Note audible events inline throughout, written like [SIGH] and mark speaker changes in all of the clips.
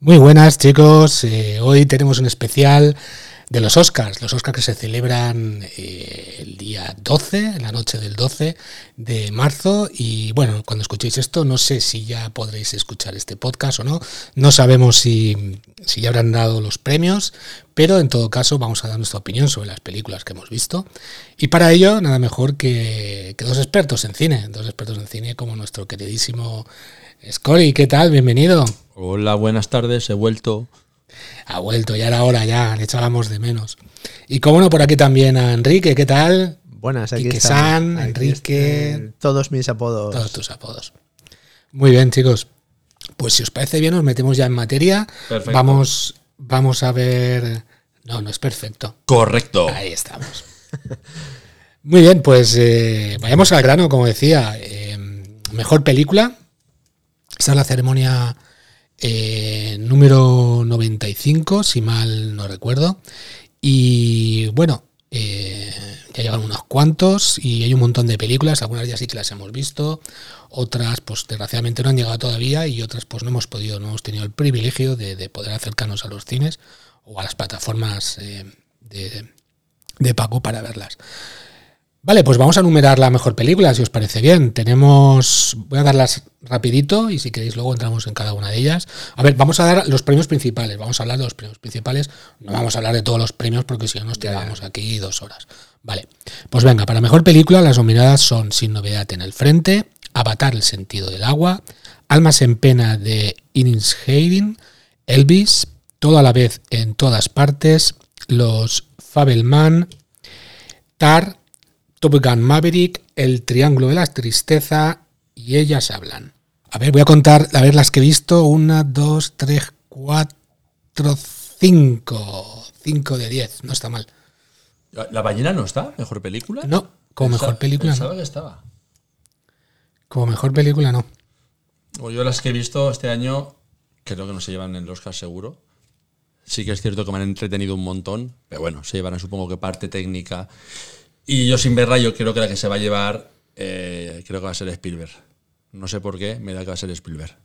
Speaker 1: Muy buenas chicos, Eh, hoy tenemos un especial de los Oscars, los Oscars que se celebran eh, el día 12, en la noche del 12 de marzo y bueno, cuando escuchéis esto no sé si ya podréis escuchar este podcast o no, no sabemos si, si ya habrán dado los premios, pero en todo caso vamos a dar nuestra opinión sobre las películas que hemos visto y para ello nada mejor que, que dos expertos en cine, dos expertos en cine como nuestro queridísimo Scori, ¿qué tal? Bienvenido.
Speaker 2: Hola, buenas tardes, he vuelto.
Speaker 1: Ha vuelto, ya era hora, ya le echábamos de menos. Y cómo no, por aquí también a Enrique, ¿qué tal?
Speaker 3: Buenas, aquí
Speaker 1: Quique San,
Speaker 3: estamos. Aquí
Speaker 1: Enrique.
Speaker 3: están todos mis apodos.
Speaker 1: Todos tus apodos. Muy bien, chicos. Pues si os parece bien, nos metemos ya en materia.
Speaker 2: Perfecto.
Speaker 1: Vamos, vamos a ver. No, no es perfecto.
Speaker 2: Correcto.
Speaker 1: Ahí estamos. [LAUGHS] Muy bien, pues eh, vayamos al grano, como decía. Eh, mejor película. Esta es la ceremonia eh, número 95, si mal no recuerdo. Y bueno, eh, ya llevan unos cuantos y hay un montón de películas. Algunas ya sí que las hemos visto. Otras, pues desgraciadamente no han llegado todavía y otras, pues no hemos podido, no hemos tenido el privilegio de, de poder acercarnos a los cines o a las plataformas eh, de, de pago para verlas. Vale, pues vamos a numerar la mejor película, si os parece bien. Tenemos, voy a darlas rapidito y si queréis luego entramos en cada una de ellas. A ver, vamos a dar los premios principales, vamos a hablar de los premios principales, no vamos a hablar de todos los premios porque si no nos tiramos aquí dos horas. Vale, pues venga, para mejor película las nominadas son Sin novedad en el frente, Avatar el sentido del agua, Almas en pena de Innings Haydn, Elvis, Todo a la vez en todas partes, Los Fabelman, Tar, Top Gun Maverick, El Triángulo de la Tristeza y Ellas Hablan. A ver, voy a contar, a ver las que he visto. Una, dos, tres, cuatro, cinco. Cinco de diez, no está mal.
Speaker 2: ¿La ballena no está? ¿Mejor película?
Speaker 1: No, como
Speaker 2: Pensa-
Speaker 1: mejor película
Speaker 2: Pensaba
Speaker 1: no.
Speaker 2: que estaba.
Speaker 1: Como mejor película no.
Speaker 2: O yo las que he visto este año, creo que no se llevan el Oscar seguro. Sí que es cierto que me han entretenido un montón, pero bueno, se llevarán supongo que parte técnica. Y yo sin verla, yo creo que la que se va a llevar, eh, creo que va a ser Spielberg. No sé por qué, me da que va a ser Spielberg.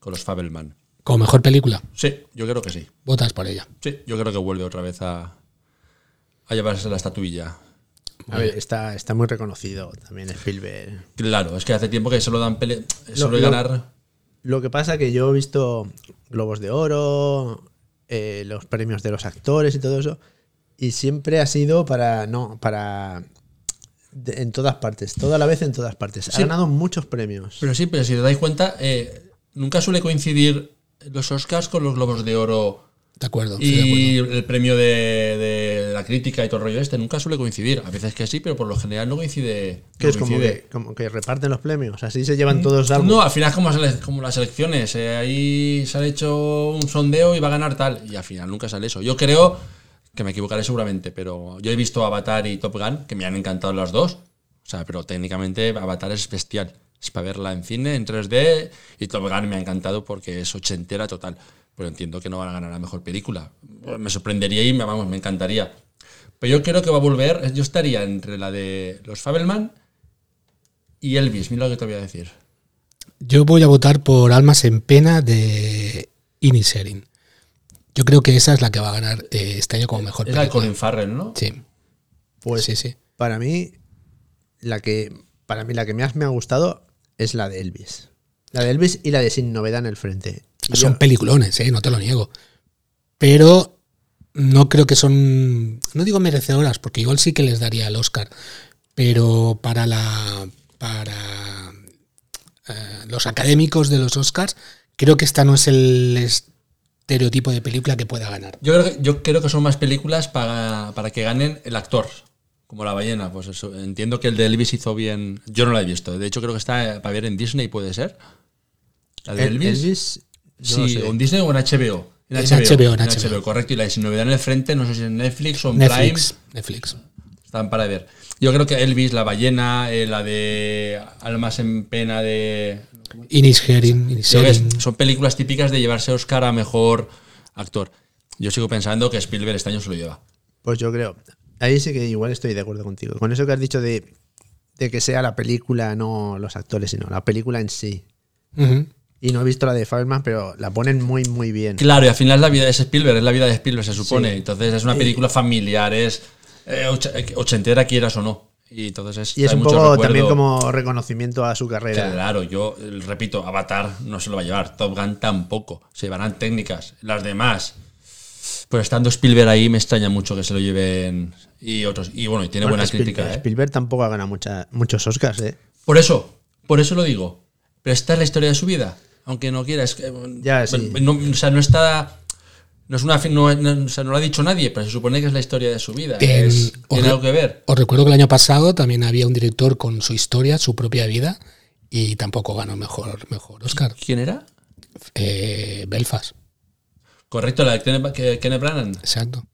Speaker 2: Con los Fabelman.
Speaker 1: Como mejor película,
Speaker 2: Sí, yo creo que sí.
Speaker 1: votas por ella.
Speaker 2: Sí, yo creo que vuelve otra vez a, a llevarse la estatuilla.
Speaker 3: A ver, está, está muy reconocido también Spielberg.
Speaker 2: Claro, es que hace tiempo que solo dan pele solo
Speaker 3: Lo-
Speaker 2: hay
Speaker 3: lo-
Speaker 2: ganar.
Speaker 3: Lo que pasa que yo he visto Globos de Oro, eh, los premios de los actores y todo eso, y siempre ha sido para, no, para, de- en todas partes, toda la vez en todas partes. Ha
Speaker 2: Sí.
Speaker 3: ganado muchos premios.
Speaker 2: Pero sí, pero si te dais cuenta, eh, nunca suele coincidir los Oscars con los Globos de Oro
Speaker 1: De acuerdo, estoy de acuerdo.
Speaker 2: y el premio de, de la crítica y todo el rollo este. Nunca suele coincidir. A veces que sí, pero por lo general no coincide.
Speaker 3: Que
Speaker 2: no
Speaker 3: es como
Speaker 2: coincide.
Speaker 3: que, como que reparten los premios, así se llevan todos algo.
Speaker 2: No, al final es como, las ele- como las elecciones. eh, ahí se ha hecho un sondeo y va a ganar tal. Y al final nunca sale eso. Yo creo que me equivocaré seguramente, pero yo he visto Avatar y Top Gun, que me han encantado las dos. O sea, pero técnicamente Avatar es bestial. Es para verla en cine, en 3D. Y Top Gun me ha encantado porque es ochentera total. Pero entiendo que no van a ganar la mejor película. Me sorprendería y me, vamos, me encantaría. Pero yo creo que va a volver. Yo estaría entre la de los Fabelman y Elvis. Mira lo que te voy a decir.
Speaker 1: Yo voy a votar por Almas en Pena de Inisherin. Yo creo que esa es la que va a ganar eh, este año como mejor
Speaker 2: Es la de
Speaker 1: película.
Speaker 2: Colin Farrell, ¿no?
Speaker 1: Sí,
Speaker 3: Pues
Speaker 1: sí, sí.
Speaker 3: Para mí, la que para mí la que más me ha gustado es la de Elvis. La de Elvis y la de Sin Novedad en el Frente. Y
Speaker 1: Son
Speaker 3: yo-
Speaker 1: peliculones, eh, no te lo niego. Pero no creo que son. No digo merecedoras, porque igual sí que les daría el Oscar. Pero para la. Para eh, los académicos de los Oscars, creo que esta no es el estereotipo de película que pueda ganar.
Speaker 2: Yo creo, que, yo creo que son más películas para, para que ganen el actor, como La ballena. Pues eso, entiendo que el de Elvis hizo bien. Yo no la he visto. De hecho, creo que está eh, para ver en Disney, puede ser. La de
Speaker 3: El-
Speaker 2: Elvis.
Speaker 3: Elvis, no lo
Speaker 2: sí,
Speaker 3: sé.
Speaker 2: o en Disney o en HBO. En
Speaker 1: En
Speaker 2: HBO,
Speaker 1: HBO,
Speaker 2: en
Speaker 1: en
Speaker 2: HBO,
Speaker 1: HBO.
Speaker 2: correcto. Y la sin novedad en el frente, no sé si en Netflix o en
Speaker 1: Netflix. Netflix.
Speaker 2: Prime, están para ver. Yo creo que Elvis, La Ballena, eh, la de Almas en Pena de...
Speaker 1: Inis Herring, Inis
Speaker 2: Yo creo que
Speaker 1: Herring.
Speaker 2: es- son películas típicas de llevarse Oscar a mejor actor. Yo sigo pensando que Spielberg este año se lo lleva.
Speaker 3: Pues yo creo. Ahí sí que igual estoy de acuerdo contigo. Con eso que has dicho de, de que sea la película, no los actores, sino la película en sí.
Speaker 1: Ujú.
Speaker 3: Y no he visto la de Fireman, pero la ponen muy, muy bien.
Speaker 2: Claro, y al final la vida es Spielberg, es la vida de Spielberg, se supone. Entonces es una película familiar, es eh, och- eh, ochentera, quieras o no. Y entonces es,
Speaker 3: Y es
Speaker 2: hay
Speaker 3: un
Speaker 2: mucho
Speaker 3: poco
Speaker 2: recuerdo.
Speaker 3: también como reconocimiento a su carrera.
Speaker 2: Claro, yo eh, repito, Avatar no se lo va a llevar, Top Gun tampoco, se llevarán técnicas, las demás. Pues estando Spielberg ahí me extraña mucho que se lo lleven y otros. Y bueno, y tiene
Speaker 3: Bueno,
Speaker 2: buena
Speaker 3: Spielberg,
Speaker 2: crítica. ¿eh?
Speaker 3: Spielberg tampoco ha ganado mucha- muchos Oscars, ¿eh?
Speaker 2: Por eso, por eso lo digo. Pero esta es la historia de su vida, aunque no quiera. es que, bueno,
Speaker 3: Ya, sí.
Speaker 2: no- o sea, no está. No, es una, fi- no, no- o sea, no lo ha dicho nadie, pero se supone que es la historia de su vida.
Speaker 1: En-
Speaker 2: es- tiene
Speaker 1: ojalá-
Speaker 2: algo que ver.
Speaker 1: Os recuerdo que el año pasado también había un director con su historia, su propia vida, y tampoco ganó mejor, mejor Oscar.
Speaker 2: ¿Quién era?
Speaker 1: Eh, Belfast,
Speaker 2: Correcto, la de Kenneth Ke- Kenneth Branagh.
Speaker 1: exacto.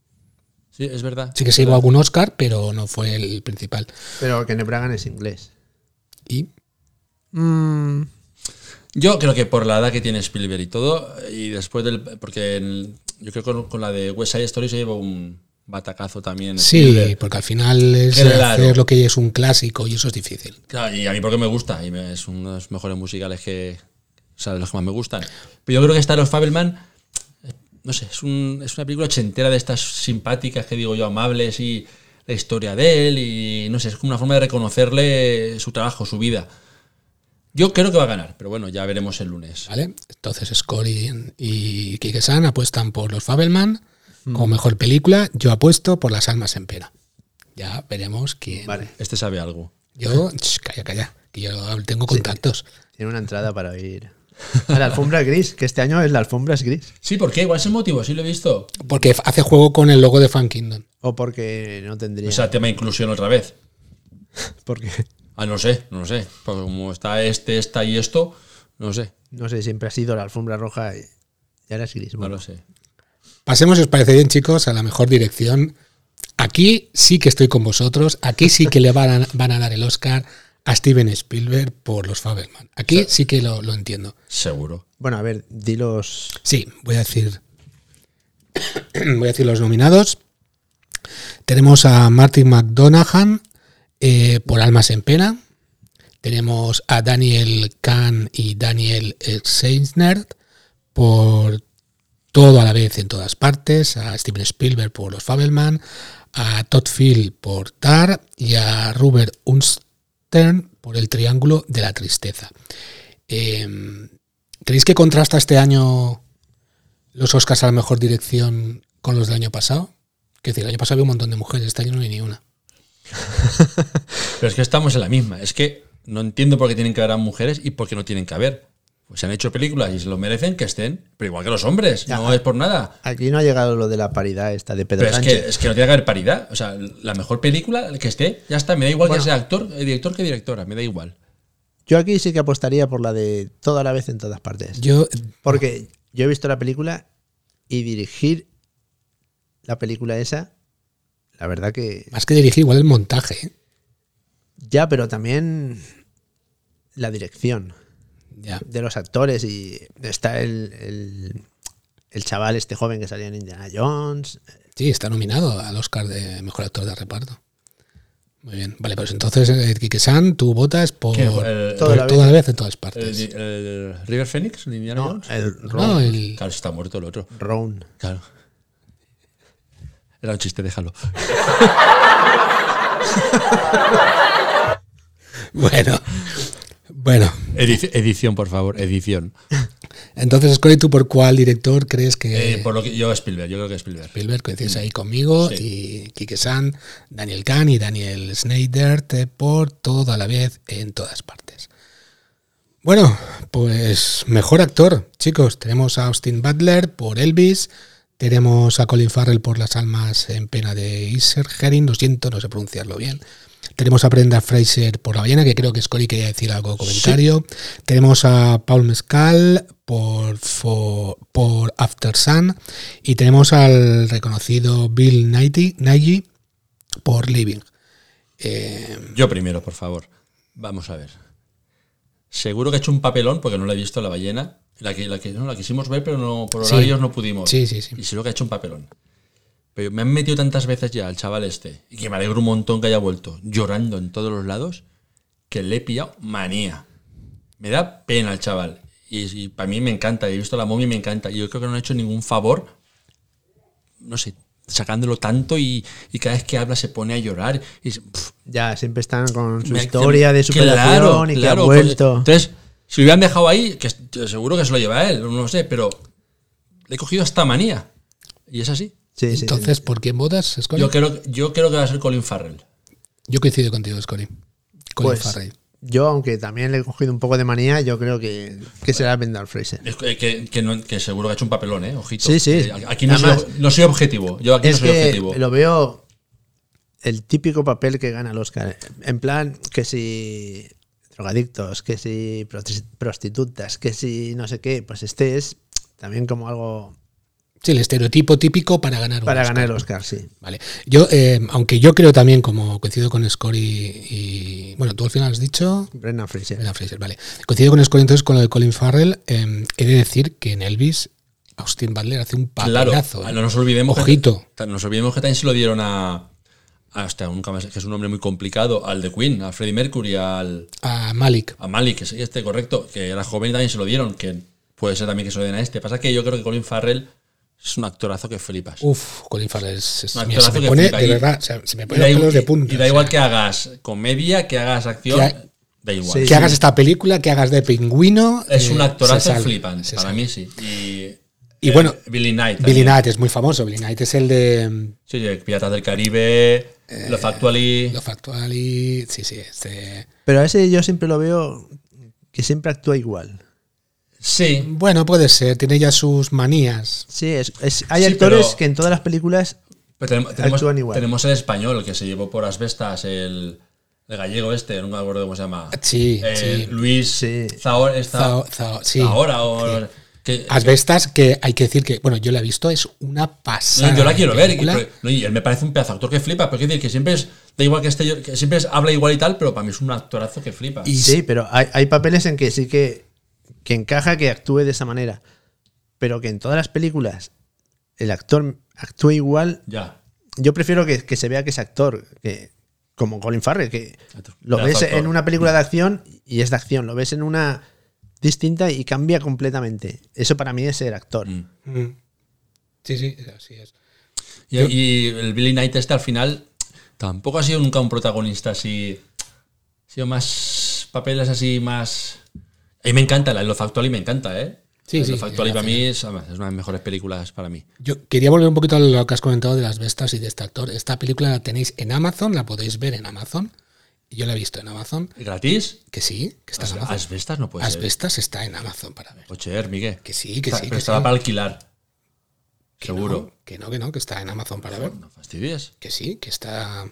Speaker 2: Sí, es verdad.
Speaker 1: Sí que se llevó algún Oscar, pero no fue el principal.
Speaker 3: Pero que Nebragan es inglés.
Speaker 1: Y
Speaker 3: Mm,
Speaker 2: Yo creo que por la edad que tiene Spielberg y todo, y después del. Porque en- yo creo que con, con la de West Side Story se lleva un batacazo también.
Speaker 1: sí,
Speaker 2: Spielberg.
Speaker 1: porque al final es
Speaker 2: Claro.
Speaker 1: hacer lo que es un clásico y eso es difícil.
Speaker 2: Claro, y a mí porque me gusta, y me- es uno de los mejores musicales que. O sea, de los que más me gustan. Pero yo creo que Star of Fabelman, no sé, es, un- es una película ochentera de estas simpáticas que digo yo, amables y la historia de él, y no sé, es como una forma de reconocerle su trabajo, su vida. Yo creo que va a ganar, pero bueno, ya veremos el lunes.
Speaker 1: ¿Vale? Entonces Scory y Kike San apuestan por los Fabelman como mejor película. Yo apuesto por Las Almas en Pena. Ya veremos quién.
Speaker 3: vale.
Speaker 2: Este sabe algo.
Speaker 1: Yo, ch, calla, calla, que yo tengo contactos.
Speaker 3: Tiene una entrada para ir a la alfombra gris, que este año es la alfombra es gris.
Speaker 2: Sí, ¿por qué? Igual es el motivo, sí lo he visto.
Speaker 1: Porque hace juego con el logo de Fan Kingdom.
Speaker 3: O porque no tendría.
Speaker 2: O sea, tema inclusión otra vez.
Speaker 3: Porque,
Speaker 2: Ah, no sé, no lo sé. Porque como está este, esta y esto, no lo sé,
Speaker 3: no sé, siempre ha sido la alfombra roja y, y ahora es gris.
Speaker 2: no
Speaker 3: Bueno,
Speaker 2: lo sé.
Speaker 1: Pasemos, si os parece bien, chicos, a la mejor dirección. Aquí sí que estoy con vosotros. Aquí sí que le van a, van a dar el Oscar a Steven Spielberg por los Fabelman. Aquí sí que lo, lo entiendo.
Speaker 2: Seguro.
Speaker 3: Bueno, a ver, di los.
Speaker 1: Sí, voy a decir. [COUGHS] voy a decir los nominados. Tenemos a Martin McDonaghan eh, por Almas en Pena. Tenemos a Daniel Kahn y Daniel Seinsner por Todo a la vez en todas partes. A Steven Spielberg por Los Fabelman. A Todd Field por Tar. Y a Robert Unstern por El Triángulo de la Tristeza. Em, ¿Creéis que contrasta este año los Oscars a la mejor dirección con los del año pasado? Que decir, el año pasado había un montón de mujeres, este año no hay ni una.
Speaker 2: Pero es que estamos en la misma. Es que no entiendo por qué tienen que haber a mujeres y por qué no tienen que haber. Pues se han hecho películas y se lo merecen que estén, pero igual que los hombres,
Speaker 3: Ya.
Speaker 2: no es por nada.
Speaker 3: Aquí no ha llegado lo de la paridad esta de Pedro
Speaker 2: Pero es
Speaker 3: Sánchez.
Speaker 2: que, es que no tiene que haber paridad. O sea, la mejor película, el que esté, ya está. Me da igual que sea actor, eh, director que directora, me da igual.
Speaker 3: Yo aquí sí que apostaría por la de toda la vez en todas partes.
Speaker 1: Yo,
Speaker 3: Porque yo he visto la película y dirigir la película esa, la verdad que
Speaker 1: más que dirigir, igual el montaje. ¿eh?
Speaker 3: ya, pero también la dirección
Speaker 1: Ya.
Speaker 3: de los actores y está el, el, el chaval este joven que salía en Indiana Jones.
Speaker 1: Sí, está nominado al Oscar de mejor actor de reparto. Muy bien. Vale, pues entonces, eh, Kike San, tú votas por,
Speaker 2: ¿Qué? El-
Speaker 1: por
Speaker 3: Toda la Eh,
Speaker 1: toda la vez en todas partes.
Speaker 2: ¿El, el River Phoenix? ¿El Indiana
Speaker 3: No,
Speaker 2: Jones?
Speaker 3: el
Speaker 1: no,
Speaker 3: Ron.
Speaker 1: el, [LAUGHS]
Speaker 2: Claro, está muerto el otro.
Speaker 3: Ron.
Speaker 2: Claro. Era un chiste, déjalo.
Speaker 1: bueno, bueno.
Speaker 2: Edici- edición, por favor, edición.
Speaker 1: Entonces, Scully, ¿tú por cuál director crees que...?
Speaker 2: Eh, por lo que yo Spielberg, yo creo que Spielberg.
Speaker 1: Spielberg, coincides ahí conmigo, y Kike San, Daniel Kahn y Daniel Snyder te por toda la vez en todas partes. Bueno, pues mejor actor, chicos. Tenemos a Austin Butler por Elvis, tenemos a Colin Farrell por Las Almas en Pena de Iser Herring, lo siento, no sé pronunciarlo bien. Tenemos a Brenda Fraser por la mañana, que creo que Scori quería decir algo, comentario. Tenemos a Paul Mescal por, for- por After Sun. Y tenemos al reconocido Bill Nighy Nighy por Living. Eh,
Speaker 2: Yo primero, por favor. Vamos a ver. Seguro que he hecho un papelón porque no la he visto la ballena. La que, la que no, la quisimos ver, pero no, por
Speaker 1: Sí.
Speaker 2: horarios no pudimos.
Speaker 1: Sí, sí, sí.
Speaker 2: Y seguro que ha hecho un papelón. Pero me han metido tantas veces ya al chaval este, y que me alegro un montón que haya vuelto, llorando en todos los lados, que le he pillado manía. Me da pena el chaval. Y, para mí me encanta. He visto la momia y me encanta. Y yo creo que no han hecho ningún favor no sé, sacándolo tanto y, y cada vez que habla se pone a llorar. Y, es- pf,
Speaker 3: Ya, siempre están con su
Speaker 2: me-
Speaker 3: historia de
Speaker 2: que-
Speaker 3: superación
Speaker 2: claro,
Speaker 3: y que
Speaker 2: claro,
Speaker 3: ha
Speaker 2: pues,
Speaker 3: vuelto.
Speaker 2: entonces, si lo hubieran dejado ahí, que est- seguro que se lo lleva él, no lo sé, pero le he cogido esta manía. Y es así.
Speaker 3: Sí, sí, sí.
Speaker 1: entonces, ¿por quién votas, Scori?
Speaker 2: Yo
Speaker 1: Yo,
Speaker 2: creo, yo creo que va a ser Colin Farrell.
Speaker 1: coincido contigo, Scori. Colin
Speaker 3: Pues,
Speaker 1: Farrell.
Speaker 3: Yo, aunque también le he cogido un poco de manía, yo creo que, que será Brendan Fraser.
Speaker 2: Es que, que- que no- que seguro que ha hecho un papelón, ¿eh? Ojito.
Speaker 3: Sí, sí.
Speaker 2: Eh, Aquí no,
Speaker 3: Además-
Speaker 2: soy, no soy objetivo. Yo aquí
Speaker 3: Es
Speaker 2: no soy
Speaker 3: que
Speaker 2: objetivo.
Speaker 3: lo veo el típico papel que gana el Oscar. En plan, que si drogadictos, que si prosti- prostitutas, que si no sé qué, pues este es también como algo
Speaker 1: Sí, el estereotipo típico para ganar un
Speaker 3: para
Speaker 1: Oscar.
Speaker 3: ganar el Oscar, sí.
Speaker 1: Vale. Yo, eh, aunque yo creo también, como coincido con Score y, y- Bueno, tú al final has dicho.
Speaker 3: Brendan Fraser.
Speaker 1: Brendan Fraser, vale. Coincido con Score entonces con lo de Colin Farrell. eh, he de decir que en Elvis, Austin Butler hace un
Speaker 2: Claro,
Speaker 1: papelazo. eh.
Speaker 2: no nos olvidemos
Speaker 1: Ojito.
Speaker 2: Que, no nos olvidemos que también se lo dieron a hasta nunca más, que es un nombre muy complicado, al de Queen, a Freddie Mercury, al
Speaker 1: A Malik.
Speaker 2: a Malik, que es este correcto, que era joven y también se lo dieron, que puede ser también que se lo den a este. Pasa que yo creo que Colin Farrell es un actorazo que flipas.
Speaker 1: Uf, Colin Farrell es- es-
Speaker 2: Un
Speaker 1: mira, se
Speaker 2: actorazo
Speaker 1: me
Speaker 2: que
Speaker 1: pone,
Speaker 2: flipa.
Speaker 1: de
Speaker 2: Y-
Speaker 1: verdad, o sea, se me
Speaker 2: Y da
Speaker 1: ponen los
Speaker 2: igual-
Speaker 1: pelos de
Speaker 2: y-
Speaker 1: punta.
Speaker 2: Y da
Speaker 1: o
Speaker 2: igual
Speaker 1: sea,
Speaker 2: que hagas comedia, que hagas acción,
Speaker 1: Que ha-
Speaker 2: da igual.
Speaker 3: Sí.
Speaker 1: que hagas esta película, que hagas de pingüino.
Speaker 2: Es
Speaker 1: eh,
Speaker 2: un
Speaker 1: se
Speaker 2: actorazo
Speaker 1: sale,
Speaker 2: flipante,
Speaker 1: se
Speaker 2: para
Speaker 1: sale.
Speaker 2: mí sí. Y,
Speaker 1: Y bueno,
Speaker 2: Billy Knight.
Speaker 1: Billy
Speaker 2: también.
Speaker 1: Knight es muy famoso. Billy Knight es el de mm,
Speaker 2: Sí, de Piratas del Caribe,
Speaker 1: Eh,
Speaker 2: Love Actually.
Speaker 1: Lo Factual y. Sí, sí, este.
Speaker 3: Pero a ese yo siempre lo veo que siempre actúa igual.
Speaker 2: Sí,
Speaker 1: Bueno, puede ser, tiene ya sus manías.
Speaker 3: Sí, es, es- hay
Speaker 2: Sí,
Speaker 3: actores
Speaker 2: pero-
Speaker 3: que en todas las películas
Speaker 2: Pero tenemos, tenemos-
Speaker 3: Actúan igual.
Speaker 2: tenemos el español que se llevó por asbestas, el, el gallego este, no me acuerdo cómo se llama.
Speaker 1: Sí,
Speaker 2: Eh,
Speaker 1: sí.
Speaker 2: Luis
Speaker 3: Sí.
Speaker 2: Zahor- esta-
Speaker 1: Zao- zao- sí.
Speaker 2: Zahora o- que-
Speaker 1: Asbestas, que hay que decir que, bueno, yo la he visto, es una pasada.
Speaker 2: no, Mm, yo la
Speaker 1: de
Speaker 2: quiero ver. Y,
Speaker 1: película.
Speaker 2: pero- no, y él me parece un pedazo de actor que flipa. Pero quiero decir que siempre es, da igual que esté, que siempre es, habla igual y tal, pero para mí es un actorazo que flipa.
Speaker 1: Y
Speaker 3: Sí, pero hay, hay papeles en que sí que, que encaja que actúe de esa manera. Pero que en todas las películas el actor actúe igual.
Speaker 2: ya.
Speaker 3: Yo prefiero que, que se vea que es actor, que, como Colin Farrell, que lo
Speaker 2: Pedazo
Speaker 3: ves
Speaker 2: actor. Mm.
Speaker 3: en una película de acción y es de acción, lo ves en una distinta y cambia completamente. Eso para mí es ser actor.
Speaker 2: Mm.
Speaker 1: Mm. Sí, sí, así es.
Speaker 2: Y, y el Billy Knight este al final tampoco ha sido nunca un protagonista así. Ha sido más papeles así, más. A mí me encanta, la Love Actually me encanta, ¿eh?
Speaker 1: Sí,
Speaker 2: la
Speaker 1: sí,
Speaker 2: Love Actually
Speaker 1: sí,
Speaker 2: para mí es, además, es una de las mejores películas para mí.
Speaker 1: Yo quería volver un poquito a lo que has comentado de las bestas y de este actor. Esta película la tenéis en Amazon, la podéis ver en Amazon. Yo la he visto en Amazon,
Speaker 2: ¿Gratis?
Speaker 1: que sí, que está en Amazon.
Speaker 2: Asbestas no puede ser.
Speaker 1: Asbestas está en Amazon para ver.
Speaker 2: Ocher, Miguel.
Speaker 1: Que sí, que
Speaker 2: pues, eh. Está-
Speaker 1: sí,
Speaker 2: Pero
Speaker 1: que
Speaker 2: estaba
Speaker 1: sí.
Speaker 2: para alquilar.
Speaker 1: Que
Speaker 2: Seguro.
Speaker 1: no, que no, que no, que está en Amazon para ver.
Speaker 2: No, fastidies.
Speaker 1: Que sí, que está,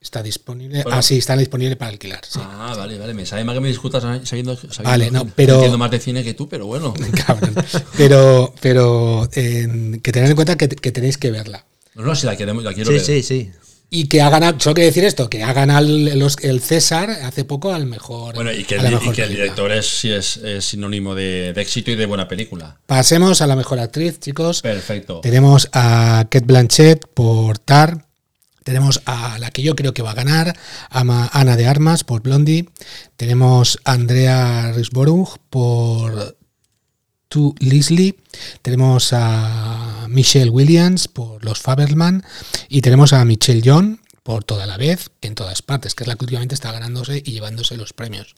Speaker 1: está disponible.
Speaker 2: Bueno.
Speaker 1: ah, sí, está disponible para alquilar. Sí.
Speaker 2: Ah, vale, vale. Me sabe mal que me discutas sabiendo, sabiendo
Speaker 1: Vale, no,
Speaker 2: que
Speaker 1: pero-
Speaker 2: entiendo más de cine que tú, pero bueno.
Speaker 1: [LAUGHS] Cabrón. Pero, pero eh, que tened en cuenta que, que tenéis que verla.
Speaker 2: No, no, si la, queremos, la quiero
Speaker 3: Sí,
Speaker 2: ver.
Speaker 3: sí, sí.
Speaker 1: Y que ha ganado, solo quiero decir esto, que ha ganado el, los- el César hace poco al mejor.
Speaker 2: Bueno, y que
Speaker 1: a
Speaker 2: el,
Speaker 1: la
Speaker 2: di- y
Speaker 1: mejor
Speaker 2: que el
Speaker 1: película.
Speaker 2: director es, sí es, es sinónimo de, de éxito y de buena película.
Speaker 1: Pasemos a la mejor actriz, chicos.
Speaker 2: Perfecto.
Speaker 1: Tenemos a Kate Blanchett por Tar. Tenemos a la que yo creo que va a ganar, a Ma- Ana de Armas por Blondie. Tenemos a Andrea Risborough por To Leslie. Tenemos a Michelle Williams por Los Faberman. Y tenemos a Michelle Young por Toda la Vez en todas partes, que es la que últimamente está ganándose y llevándose los premios.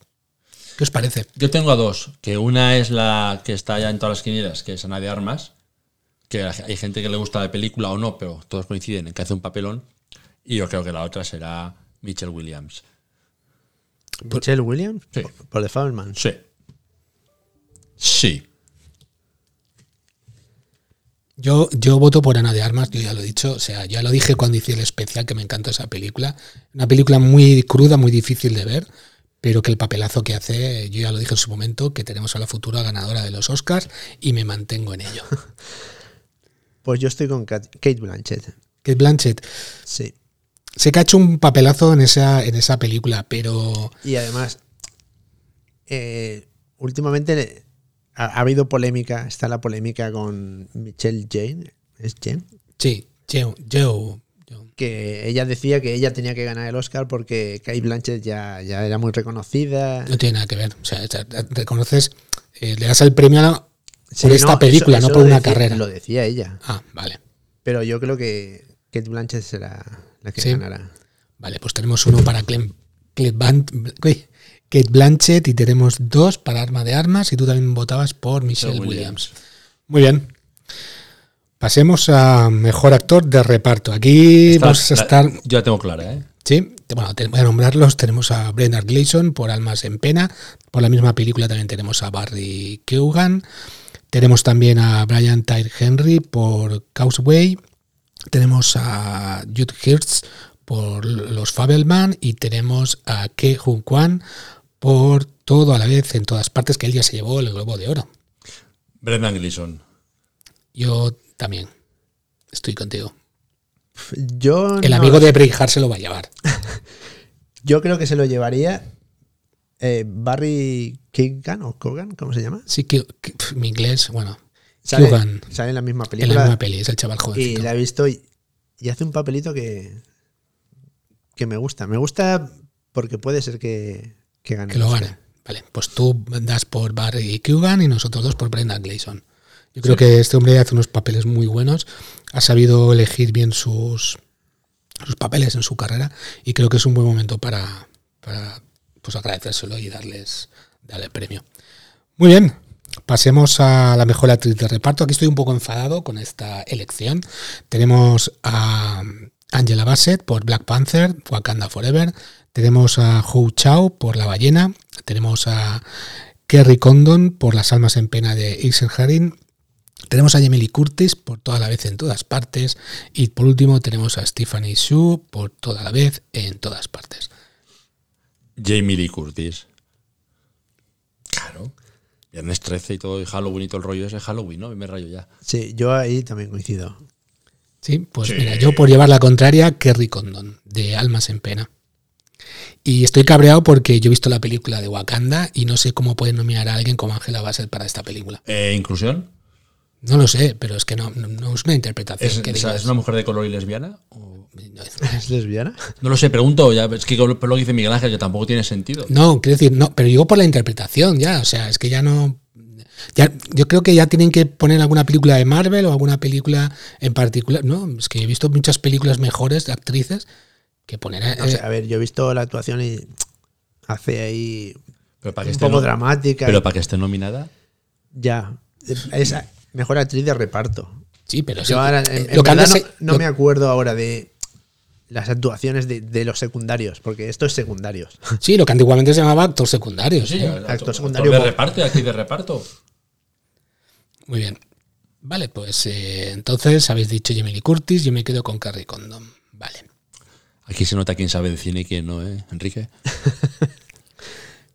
Speaker 1: ¿Qué os parece?
Speaker 2: Yo tengo a dos, que una es la que está ya en todas las quinielas, que es Ana de Armas, que hay gente que le gusta la película o no, pero todos coinciden en que hace un papelón, y yo creo que la otra será Michelle Williams.
Speaker 3: Michelle Williams
Speaker 2: Sí.
Speaker 3: por, por The Fabelman.
Speaker 2: Sí. Sí.
Speaker 1: Yo, yo voto por Ana de Armas, yo ya lo he dicho, o sea, ya lo dije cuando hice el especial que me encanta esa película. Una película muy cruda, muy difícil de ver, pero que el papelazo que hace, yo ya lo dije en su momento, que tenemos a la futura ganadora de los Oscars y me mantengo en ello. [LAUGHS]
Speaker 3: Pues yo estoy con Kat- Kate Blanchett.
Speaker 1: Kate Blanchett,
Speaker 3: Sí.
Speaker 1: sé que ha hecho un papelazo en esa, en esa película, pero
Speaker 3: Y además, eh, últimamente ha, ha habido polémica, está la polémica con Michelle Jane, es Jane,
Speaker 1: sí, yo, yo, yo-
Speaker 3: que ella decía que ella tenía que ganar el Oscar porque Kate Blanchett ya, ya era muy reconocida.
Speaker 1: no tiene nada que ver. O sea, te- te- reconoces, eh, le das el premio a la-
Speaker 3: Sí,
Speaker 1: por esta
Speaker 3: no,
Speaker 1: película, no
Speaker 3: eso- eso
Speaker 1: por
Speaker 3: lo
Speaker 1: una
Speaker 3: decía-
Speaker 1: carrera.
Speaker 3: Lo decía ella.
Speaker 1: Ah, vale.
Speaker 3: Pero yo creo que Kate Blanchett será la que
Speaker 1: Sí.
Speaker 3: ganará.
Speaker 1: Vale, pues tenemos uno para Clem, Clem Ban- uy, Kate Blanchett y tenemos dos para Arma de Armas y tú también votabas por Michelle
Speaker 2: Michelle
Speaker 1: Williams.
Speaker 2: Williams.
Speaker 1: Muy bien. Pasemos a mejor actor de reparto. Aquí
Speaker 2: Esta-
Speaker 1: vamos a
Speaker 2: la-
Speaker 1: estar...
Speaker 2: yo la tengo clara, ¿eh?
Speaker 1: Sí, te- bueno, te voy a nombrarlos. Tenemos a Brendan Gleeson por Almas en Pena. Por la misma película también tenemos a Barry Keoghan. Tenemos también a Brian Tyre Henry por Causeway. Tenemos a Jude Hirsch por Los Fabelman. Y tenemos a Ke Jung Kwan por Todo a la vez en todas partes, que él ya se llevó el Globo de Oro.
Speaker 2: Brendan Gleeson.
Speaker 1: Yo también estoy contigo.
Speaker 3: Yo,
Speaker 1: El
Speaker 3: no-
Speaker 1: amigo de Braveheart se lo va a llevar.
Speaker 3: yo creo que se lo llevaría eh, Barry Keoghan o Kogan, ¿cómo se llama?
Speaker 1: Sí, que, que- pf, mi inglés, bueno.
Speaker 3: Sale,
Speaker 1: Keoghan.
Speaker 3: sale en la misma
Speaker 1: En la
Speaker 3: película.
Speaker 1: misma peli, es el chaval
Speaker 3: Y
Speaker 1: jovencito.
Speaker 3: la he visto y, y hace un papelito que, que me gusta. Me gusta porque puede ser que, que gane.
Speaker 1: Que lo
Speaker 3: el Oscar.
Speaker 1: gane. Vale, pues tú das por Barry Kugan y nosotros dos por Brendan Gleeson. Yo creo que este hombre hace unos papeles muy buenos, ha sabido elegir bien sus, sus papeles en su carrera y creo que es un buen momento para, para, pues agradecérselo y darles, darle el premio. Muy bien, pasemos a la mejor actriz de reparto. Aquí estoy un poco enfadado con esta elección. Tenemos a Angela Bassett por Black Panther, Wakanda Forever. Tenemos a Hou Chao por La Ballena. Tenemos a Kerry Condon por Las Almas en Pena de Isengard. Tenemos a Jamie Lee Curtis por Toda la Vez en Todas Partes. Y por último tenemos a Stephanie Shu por Toda la Vez en Todas Partes.
Speaker 2: Jamie Lee Curtis. Claro. Viernes 13 y todo, y Halloween y todo el rollo ese Halloween, ¿no? Me rayo ya.
Speaker 3: Sí, yo ahí también coincido.
Speaker 1: Sí, pues
Speaker 2: Sí.
Speaker 1: mira, yo por llevar la contraria, Kerry Condon, de Almas en Pena. Y estoy cabreado porque yo he visto la película de Wakanda y no sé cómo pueden nominar a alguien como Angela Bassett para esta película.
Speaker 2: Eh, inclusión.
Speaker 1: No lo sé, pero es que no, no- no es una interpretación.
Speaker 2: ¿Es,
Speaker 1: que
Speaker 2: o sea,
Speaker 1: digas,
Speaker 2: ¿es una mujer de color y lesbiana? O-
Speaker 1: no, es-
Speaker 3: ¿Es lesbiana?
Speaker 2: No lo sé, pregunto. Ya, es que por lo que dice Miguel Ángel, que tampoco tiene sentido.
Speaker 1: [LAUGHS] No, quiero decir, no, pero digo por la interpretación ya, o sea, es que ya no... ya- yo creo que ya tienen que poner alguna película de Marvel o alguna película en particular, ¿no? Es que he visto muchas películas mejores de actrices que poner... eh,
Speaker 3: No sé, a ver, yo he visto la actuación y hace ahí
Speaker 2: Pero para que
Speaker 3: un
Speaker 2: esté
Speaker 3: poco
Speaker 2: Este no-
Speaker 3: dramática.
Speaker 2: Pero para que esté nominada.
Speaker 3: Ya. Es mejor actriz de reparto.
Speaker 1: sí, pero sí,
Speaker 3: Yo ahora, en,
Speaker 1: eh,
Speaker 3: en
Speaker 1: lo que
Speaker 3: verdad
Speaker 1: antes
Speaker 3: no,
Speaker 1: se-
Speaker 3: no
Speaker 1: lo-
Speaker 3: me acuerdo ahora de las actuaciones de, de los secundarios, porque esto es secundarios.
Speaker 1: Sí, lo que antiguamente se llamaba actor secundario.
Speaker 2: Sí,
Speaker 1: ¿eh?
Speaker 2: actor- actor
Speaker 3: secundario
Speaker 2: de
Speaker 3: po-
Speaker 2: reparto, y actriz de reparto.
Speaker 1: Muy bien. Vale, pues eh, entonces habéis dicho Jamie Lee Curtis, yo me quedo con Carrie Condon. Vale.
Speaker 2: Aquí se nota quién sabe de cine y quién no, ¿eh? Enrique.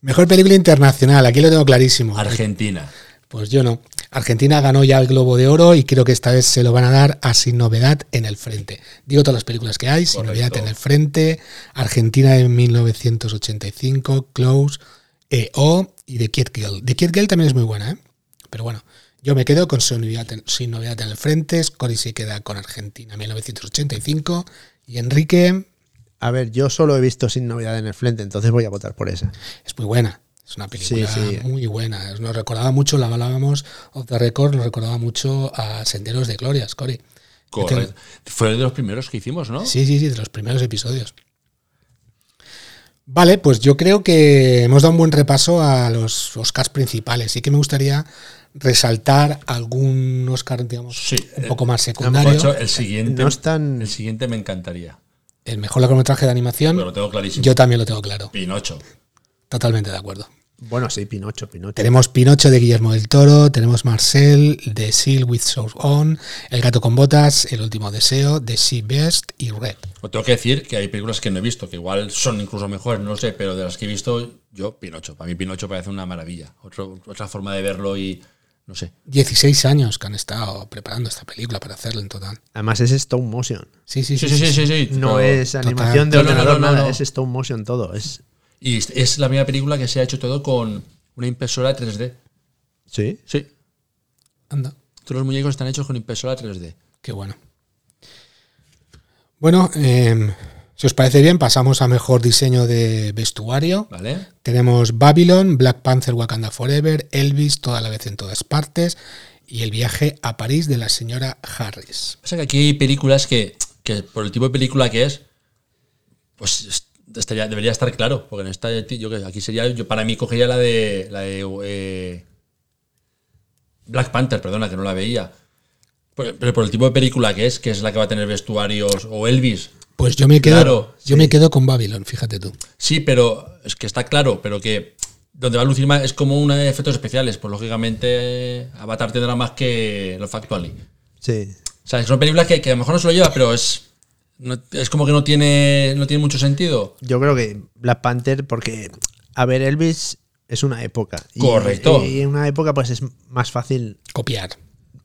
Speaker 1: Mejor película internacional, aquí lo tengo clarísimo.
Speaker 2: Argentina.
Speaker 1: Pues yo no. Argentina ganó ya el Globo de Oro y creo que esta vez se lo van a dar a Sin Novedad en el Frente. Digo todas las películas que hay, Sin
Speaker 2: Correcto.
Speaker 1: Novedad en el Frente, Argentina en 1985, Close, E.O. y The Kid Girl. The Kid Girl también es muy buena, ¿eh? Pero bueno, yo me quedo con Sin Novedad en, Sin Novedad en el Frente, Cory se queda con Argentina 1985 y Enrique
Speaker 3: A ver, yo solo he visto sin novedad en el frente, entonces voy a votar por esa.
Speaker 1: es muy buena. Es una película
Speaker 3: Sí, sí.
Speaker 1: muy buena. Nos recordaba mucho, la hablábamos of the record, nos recordaba mucho a Senderos de Glorias, Cory.
Speaker 2: Correcto. Fue de los primeros que hicimos, ¿no?
Speaker 1: Sí, sí, sí, de los primeros episodios. Vale, pues yo creo que hemos dado un buen repaso a los Oscars principales. Sí que me gustaría resaltar algún Oscar, digamos,
Speaker 2: Sí.
Speaker 1: un poco más
Speaker 2: De hecho,
Speaker 1: secundario.
Speaker 2: Eh, el siguiente,
Speaker 3: No es tan-
Speaker 2: el siguiente me encantaría.
Speaker 1: El mejor largometraje de animación,
Speaker 2: Pero lo tengo clarísimo.
Speaker 1: yo también lo tengo claro.
Speaker 2: Pinocho.
Speaker 1: Totalmente de acuerdo.
Speaker 3: Bueno, sí, Pinocho, Pinocho.
Speaker 1: Tenemos Pinocho de Guillermo del Toro, tenemos Marcel de Seal with Souls On, El gato con botas, El último deseo, The Sea Best y Red.
Speaker 2: Os tengo que decir que hay películas que no he visto, que igual son incluso mejores, no lo sé, pero de las que he visto, yo, Pinocho. Para mí, Pinocho parece una maravilla. Otro- otra forma de verlo y. No sé.
Speaker 1: 16 años que han estado preparando esta película para hacerla en total.
Speaker 3: Además es stone motion.
Speaker 1: Sí, sí,
Speaker 2: Sí,
Speaker 1: sí.
Speaker 2: sí, sí, sí. sí,
Speaker 3: No
Speaker 2: pero-
Speaker 3: es
Speaker 1: total.
Speaker 3: animación de
Speaker 2: No, no, no,
Speaker 3: ordenador,
Speaker 2: no,
Speaker 3: nada,
Speaker 2: no.
Speaker 3: es stone motion todo. Es,
Speaker 2: Y es- es la primera película que se ha hecho todo con una impresora 3D.
Speaker 3: sí.
Speaker 2: Sí.
Speaker 1: Anda,
Speaker 2: Todos los muñecos están hechos con impresora 3D.
Speaker 1: qué bueno. Bueno, em, si os parece bien, pasamos a mejor diseño de vestuario.
Speaker 2: ¿Vale?
Speaker 1: Tenemos Babylon, Black Panther Wakanda Forever, Elvis toda la vez en todas partes y el viaje a París de la señora Harris.
Speaker 2: Pasa que aquí hay películas que, que por el tipo de película que es, pues es- estaría- debería estar claro. Porque en esta, yo que aquí sería, yo para mí cogería la de, la de eh, Black Panther, perdona, que no la veía. Por- Pero por el tipo de película que es, que es la que va a tener vestuarios o Elvis.
Speaker 1: Pues yo me quedo,
Speaker 2: Claro,
Speaker 1: yo me quedo con Babylon, fíjate tú.
Speaker 2: Sí, pero es que está claro, pero que donde va a lucir más es como una de efectos especiales. Pues lógicamente Avatar tendrá más que lo factual.
Speaker 3: Sí.
Speaker 2: O sea, son películas que, que a lo mejor no se lo lleva, pero es. no- es como que no tiene, no tiene mucho sentido.
Speaker 3: Yo creo que Black Panther, porque, a ver, Elvis es una época. Y-
Speaker 2: Correcto.
Speaker 3: Y en una época, pues es más fácil
Speaker 1: Copiar.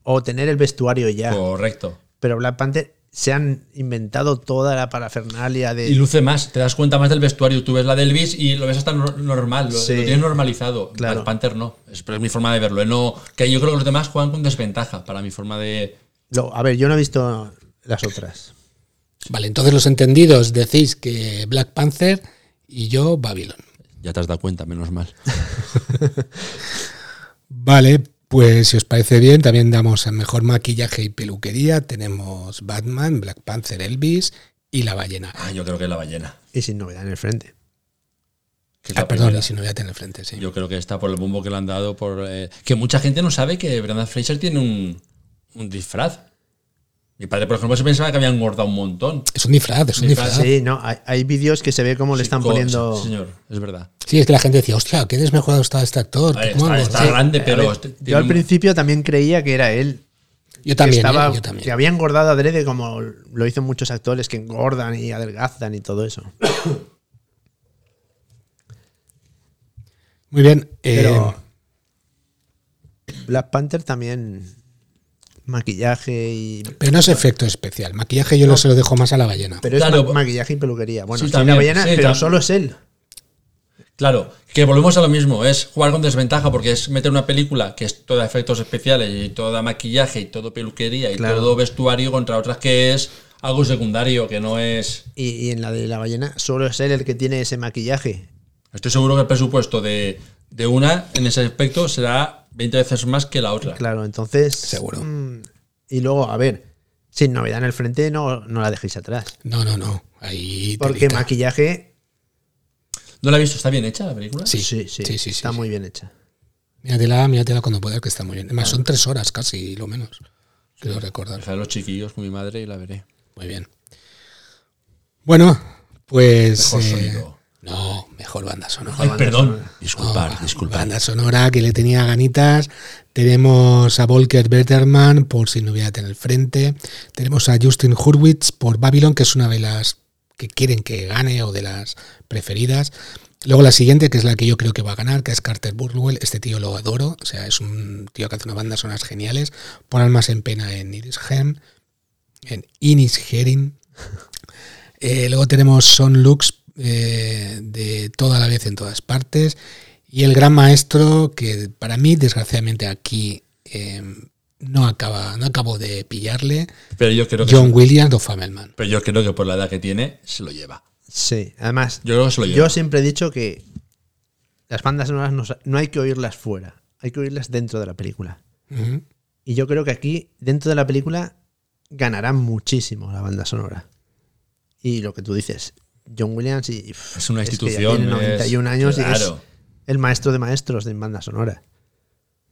Speaker 3: o tener el vestuario ya.
Speaker 2: Correcto.
Speaker 3: Pero Black Panther se han inventado toda la parafernalia de.
Speaker 2: Y luce más, te das cuenta más del vestuario. Tú ves la de Elvis y lo ves hasta nor- normal, lo,
Speaker 3: Sí.
Speaker 2: lo tienes normalizado.
Speaker 3: Claro.
Speaker 2: Black Panther no. Es, pero es mi forma de verlo. ¿eh? No, que yo creo que los demás juegan con desventaja para mi forma de.
Speaker 3: Lo- a ver, yo no he visto las otras.
Speaker 1: Vale, entonces los entendidos decís que Black Panther y yo Babylon.
Speaker 2: Ya te has dado cuenta, menos mal.
Speaker 1: Vale, pues si os parece bien, también damos el mejor maquillaje y peluquería. Tenemos Batman, Black Panther, Elvis y la ballena.
Speaker 2: [LAUGHS] Ah, yo creo que es la ballena.
Speaker 3: Y sin novedad en el frente.
Speaker 2: que es
Speaker 1: Ah,
Speaker 2: la
Speaker 1: perdón,
Speaker 2: primera.
Speaker 1: y si no voy a tener frente, sí.
Speaker 2: Yo creo que está por el bombo que le han dado. por eh, Que mucha gente no sabe que Brandon Fraser tiene un, un disfraz. Mi padre, por ejemplo, se pensaba que había engordado un montón.
Speaker 1: Es un disfraz, es un
Speaker 2: Disfraz,
Speaker 1: disfraz. Sí.
Speaker 3: Sí, no, hay, hay vídeos que se ve cómo le están
Speaker 2: Co-
Speaker 3: poniendo.
Speaker 2: Ah. sí, Señor, es verdad.
Speaker 1: es que la gente decía, hostia, qué desmejorado está este actor.
Speaker 2: A ver,
Speaker 1: ¿cómo
Speaker 2: está
Speaker 1: hago?".
Speaker 2: está
Speaker 1: Sí.
Speaker 2: grande,
Speaker 3: A
Speaker 2: pero.
Speaker 3: ver,
Speaker 2: este- tiene
Speaker 3: yo al
Speaker 2: un-
Speaker 3: principio también creía que era él.
Speaker 1: Yo también,
Speaker 3: que, estaba-
Speaker 1: ¿eh? yo también.
Speaker 3: que había engordado adrede, como lo hicieron muchos actores que engordan y adelgazan y todo eso.
Speaker 1: Muy bien.
Speaker 3: Pero
Speaker 1: eh,
Speaker 3: Black Panther también maquillaje y
Speaker 1: Pero no es efecto especial. Maquillaje yo lo se lo dejo más a la ballena.
Speaker 3: pero es
Speaker 2: Claro,
Speaker 3: ma- maquillaje y peluquería. Bueno,
Speaker 2: Sí,
Speaker 3: sí,
Speaker 2: también,
Speaker 3: la ballena,
Speaker 2: sí,
Speaker 3: pero
Speaker 2: tam-
Speaker 3: solo es él.
Speaker 2: Claro, que volvemos a lo mismo. Es jugar con desventaja porque es meter una película que es toda efectos especiales y toda maquillaje y todo peluquería y
Speaker 3: Claro.
Speaker 2: todo vestuario contra otras que es algo secundario, que no es.
Speaker 3: Y, y en la de la ballena solo es él el que tiene ese maquillaje.
Speaker 2: Estoy seguro que el presupuesto de, de una en ese aspecto será 20 veces más que la otra.
Speaker 3: Claro, entonces.
Speaker 1: Seguro.
Speaker 3: mm, y luego, a ver, sin novedad en el frente, no, no la dejéis atrás.
Speaker 1: No, no, no. Ahí.
Speaker 3: Porque
Speaker 1: telita.
Speaker 3: maquillaje.
Speaker 2: ¿No la he visto? ¿Está bien hecha la película?
Speaker 1: Sí,
Speaker 3: Sí, sí,
Speaker 1: sí, sí,
Speaker 3: está
Speaker 1: sí.
Speaker 3: muy bien hecha.
Speaker 1: Míratela, míratela cuando puedas, que está muy bien. Además, son tres horas casi, lo menos. Quiero recordar.
Speaker 2: Dejaré a los chiquillos con mi madre y la veré.
Speaker 1: Muy bien. Bueno, pues.
Speaker 2: Mejor
Speaker 1: eh,
Speaker 2: sonido.
Speaker 1: no, mejor banda sonora.
Speaker 2: Ay, perdón.
Speaker 1: Disculpad,
Speaker 2: Disculpad,
Speaker 3: Ah.
Speaker 2: disculpad.
Speaker 1: Ah, Banda sonora que le tenía ganitas. Tenemos a Volker Berterman por Sin Novedad en el Frente. Tenemos a Justin Hurwitz por Babylon, que es una de las que quieren que gane o de las preferidas. Luego la siguiente, que es la que yo creo que va a ganar, que es Carter Burwell. Este tío lo adoro. O sea, es un tío que hace unas bandas sonoras geniales. Por Almas en Pena en Inisherin. En Inisherin. Eh, luego tenemos Son Lux eh, de toda la vez en todas partes. Y el gran maestro, que para mí, desgraciadamente, aquí eh, no acaba, no acabo de pillarle.
Speaker 2: Pero yo creo que.
Speaker 1: John Williams o Famelman.
Speaker 2: Pero yo creo que por la edad que tiene, se lo lleva.
Speaker 3: Sí, además,
Speaker 2: Yo creo que se lo lleva.
Speaker 3: yo siempre he dicho que las bandas sonoras no, sa- no hay que oírlas fuera, hay que oírlas dentro de la película.
Speaker 1: Ujú.
Speaker 3: Y yo creo que aquí, dentro de la película, ganará muchísimo la banda sonora. Y lo que tú dices, John Williams y, y, pff,
Speaker 2: Es una
Speaker 3: que ya
Speaker 2: institución,
Speaker 3: tiene 91
Speaker 2: es-
Speaker 3: años y es
Speaker 2: claro.
Speaker 3: el maestro de maestros de banda sonora.